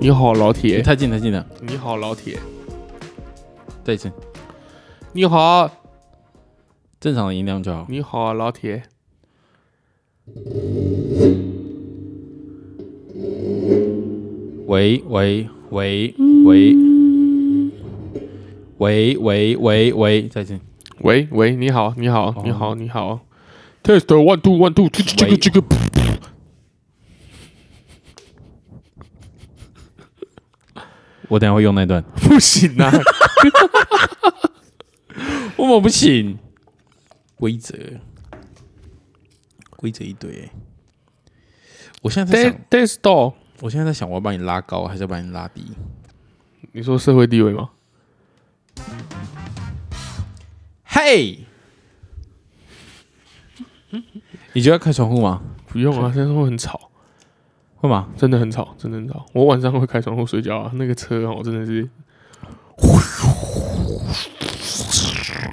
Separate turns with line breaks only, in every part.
你好，老铁。
太近太近了，
你好，老铁。
再近，
你好，
正常的音量就好。
你好，老铁。
喂喂喂喂喂喂喂喂，再近。
喂喂，你好，你好，你好，你好。Test one two one two，这个这个
哦喂
这个。
我等一下会用那段，
不行 啊！
我们不行，规则规则一堆、欸。我现在
test
在想，
test door，
我现在在想，我要把你拉高还是要把你拉低？
你说社会地位吗？
嘿，你觉得要开窗户吗？
不用啊，现在会很吵，
会吗？
真的很吵，真的很吵。我晚上会开窗户睡觉啊，那个车哦，真的是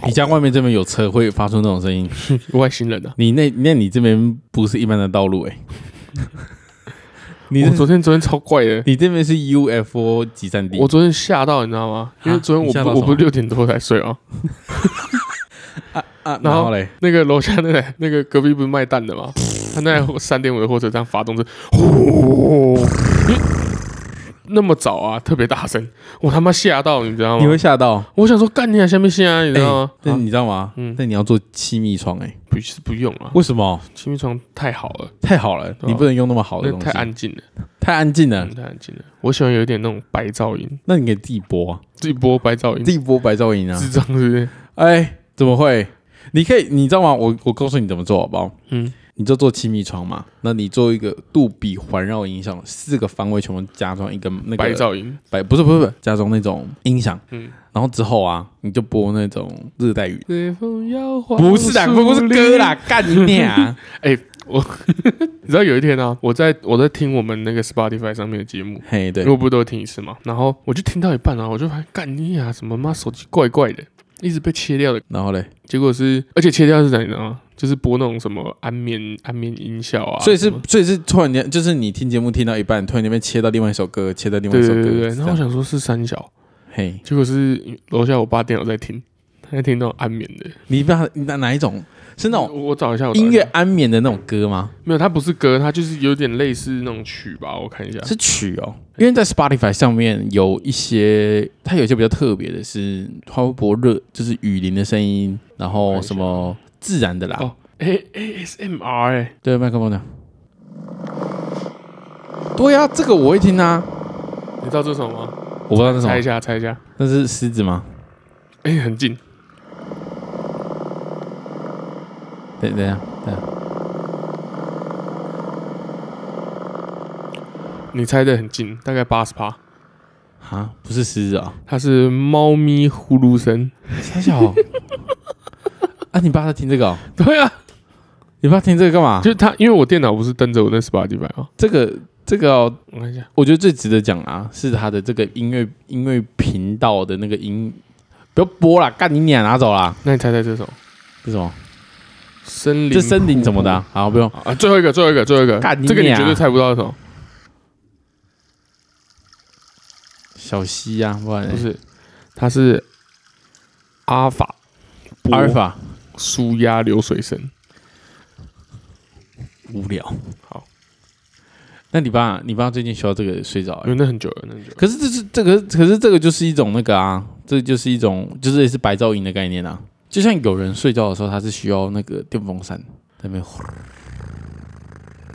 你家外面这边有车会发出那种声音，
外星人啊！
你那那你这边不是一般的道路哎、你
我
这
昨天昨天超怪的，
你这边是 UFO 集散地
我，昨天吓到你知道吗？因为昨天
你吓
我
到
不我
什么
不是六点多才睡啊，
啊
然后
嘞，
那个楼下那台那个隔壁不是卖蛋的吗？他那台三点五的货车这样发动是，呼，因为那么早啊，特别大声，我他妈吓到你知道
你
吗
会？吓到，
我想说干你啊，下面吓啊，你知道吗？
那
啊
哎你知道吗？
嗯
那你要做气密窗哎、
不是不用啊，
为什么？
亲密床太好了，
太好了，
啊
你不能用那么好的
那
东西，
太安静了，
太安静了
嗯。太安静了。我喜欢有一点那种白噪音，
那你给自己播、啊，
自己播白噪音
自，己播白噪音啊！
智障是不是？
哎，怎么会？你可以，你知道吗？我我告诉你怎么做好不好？
嗯，
你就做气密窗嘛，那你做一个杜比环绕音响，四个方位全部加装一个那个
白噪音，
白不是不是不是加装那种音响，
嗯，
然后之后啊，你就播那种热带雨，
随风摇晃，
不是啦，不是歌啦，。干你 娘！
你知道有一天啊，我在我在听我们那个 Spotify 上面的节目，
嘿，对
因为，我不是都有听一次嘛，然后我就听到一半啊，我就发现干你啊，什么妈手机怪怪的，一直被切掉的。
然后嘞，
结果是，而且切掉是怎样啊？就是播那种什么安眠安眠音效啊，
所以是
什么
所以是突然间，就是你听节目听到一半，突然间被切到另外一首歌，切到另外
对
一首
对
歌，
对对。然后我
这样
想说是三小，
嘿，
结果是楼下我爸电脑在听，他在听那种安眠的。
你不知道哪哪一种是那种
我我找一下我找一下
音乐安眠的那种歌吗？
没有，它不是歌，它就是有点类似那种曲吧，我看一下。
是曲哦，因为在 Spotify 上面有一些，它有一些比较特别的是，它会播热，就是雨林的声音，然
我看
后
一下
什么自然的啦，
哦，A A S M R 哎，
对，麦克风的。对呀、这个我会听啊，哎
你知道这是什么吗？
我不知道是什
猜一
么，
下，猜一下。
那是狮子吗？
哎，很近，
对对呀，对啊，
你猜的很近，大概八十趴。
啊，不是狮子啊，
它是猫咪呼噜声。
小 小。哦啊，你爸在听这个、哦？
对啊，
你爸听这个干嘛
就？是它，因为我电脑不是登着我那 Spotify 啊，
这个这个、哦，
我看一下，
我觉得最值得讲啊，是他的这个音乐音乐频道的那个音，不要播啦，干你娘拿走啦！
那你猜猜这首
是什么？
森林？
这森林怎么的啊、好，不用。
啊？最后一个，最后一个，最后一个，
干你
这个你
娘
绝对猜不到是什么，
小溪呀、啊，不然
不是，它是阿尔法
阿尔法
舒压流水声。
无聊。
好，
那你爸你爸最近需要这个睡着、
因
欸
为那很久了，那很久了。
可是这是这个，可是这个就是一种那个啊，这就是一种就是也是白噪音的概念啊。就像有人睡觉的时候，他是需要那个电风扇在那边呼，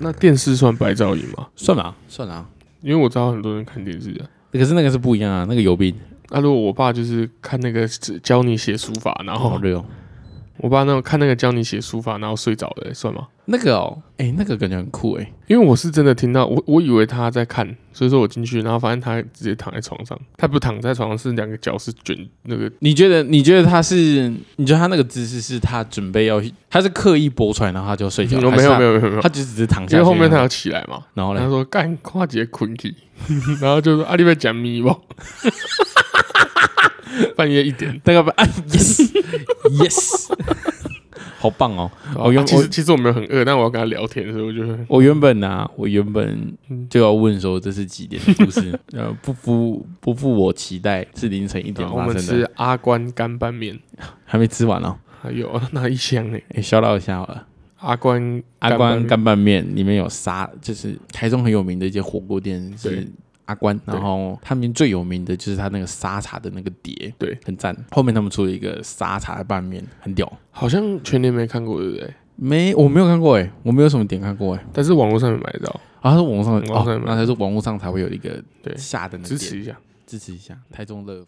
那电视算白噪音吗？
算了啊、算了、啊。
因为我知道很多人看电视啊。
可是那个是不一样啊，那个油冰
那、如果我爸就是看那个教你写书法，然
好
后
热哦。
我爸那种看那个教你写书法，然后睡着的、算吗？
那个哦，哎、那个感觉很酷哎、
因为我是真的听到，我我以为他在看，所以说我进去，然后发现他直接躺在床上，他不躺在床上，是两个脚是卷那个，
你觉得？你觉得他是？你觉得他那个姿势是他准备要，他是刻意播出来，然后他就睡觉？
嗯没有
还
没
是
有
他
没，有没有没有
他，就只是躺下去。
因为后面他要起来嘛，
然后嘞
他，说干跨节捆体， 然后就说啊你被讲咪吧， 半夜一点，
大概吧，啊，yes yes， 好棒哦！
对吧
我用
啊其实
我
其实我没有很饿，但我要跟他聊天，所以我就会
我原本啊，我原本
嗯
就要问说这是几点的 故事，呃，不负不负我期待，是凌晨一点
啊我
发
们
生的，
吃阿关干拌面，
还没吃完哦，
还有那一箱呢，
哎，笑到一下好了。
阿关
阿
拌
关
面
干拌面里面有沙，就是台中很有名的一间火锅店是
对
阿关，
对
然后他们最有名的就是他那个沙茶的那个碟，
对，
很赞。后面他们出了一个沙茶的拌面，很屌。
好像全年没看过，对不对？
没，我没有看过哎、我没有什么点看过哎、
但是网络上面买得到，
啊，他是网络上
网络上
哦
有，
那才是网络上才会有一个
对
下的那个
支
点
持一下。
支持一下台中乐。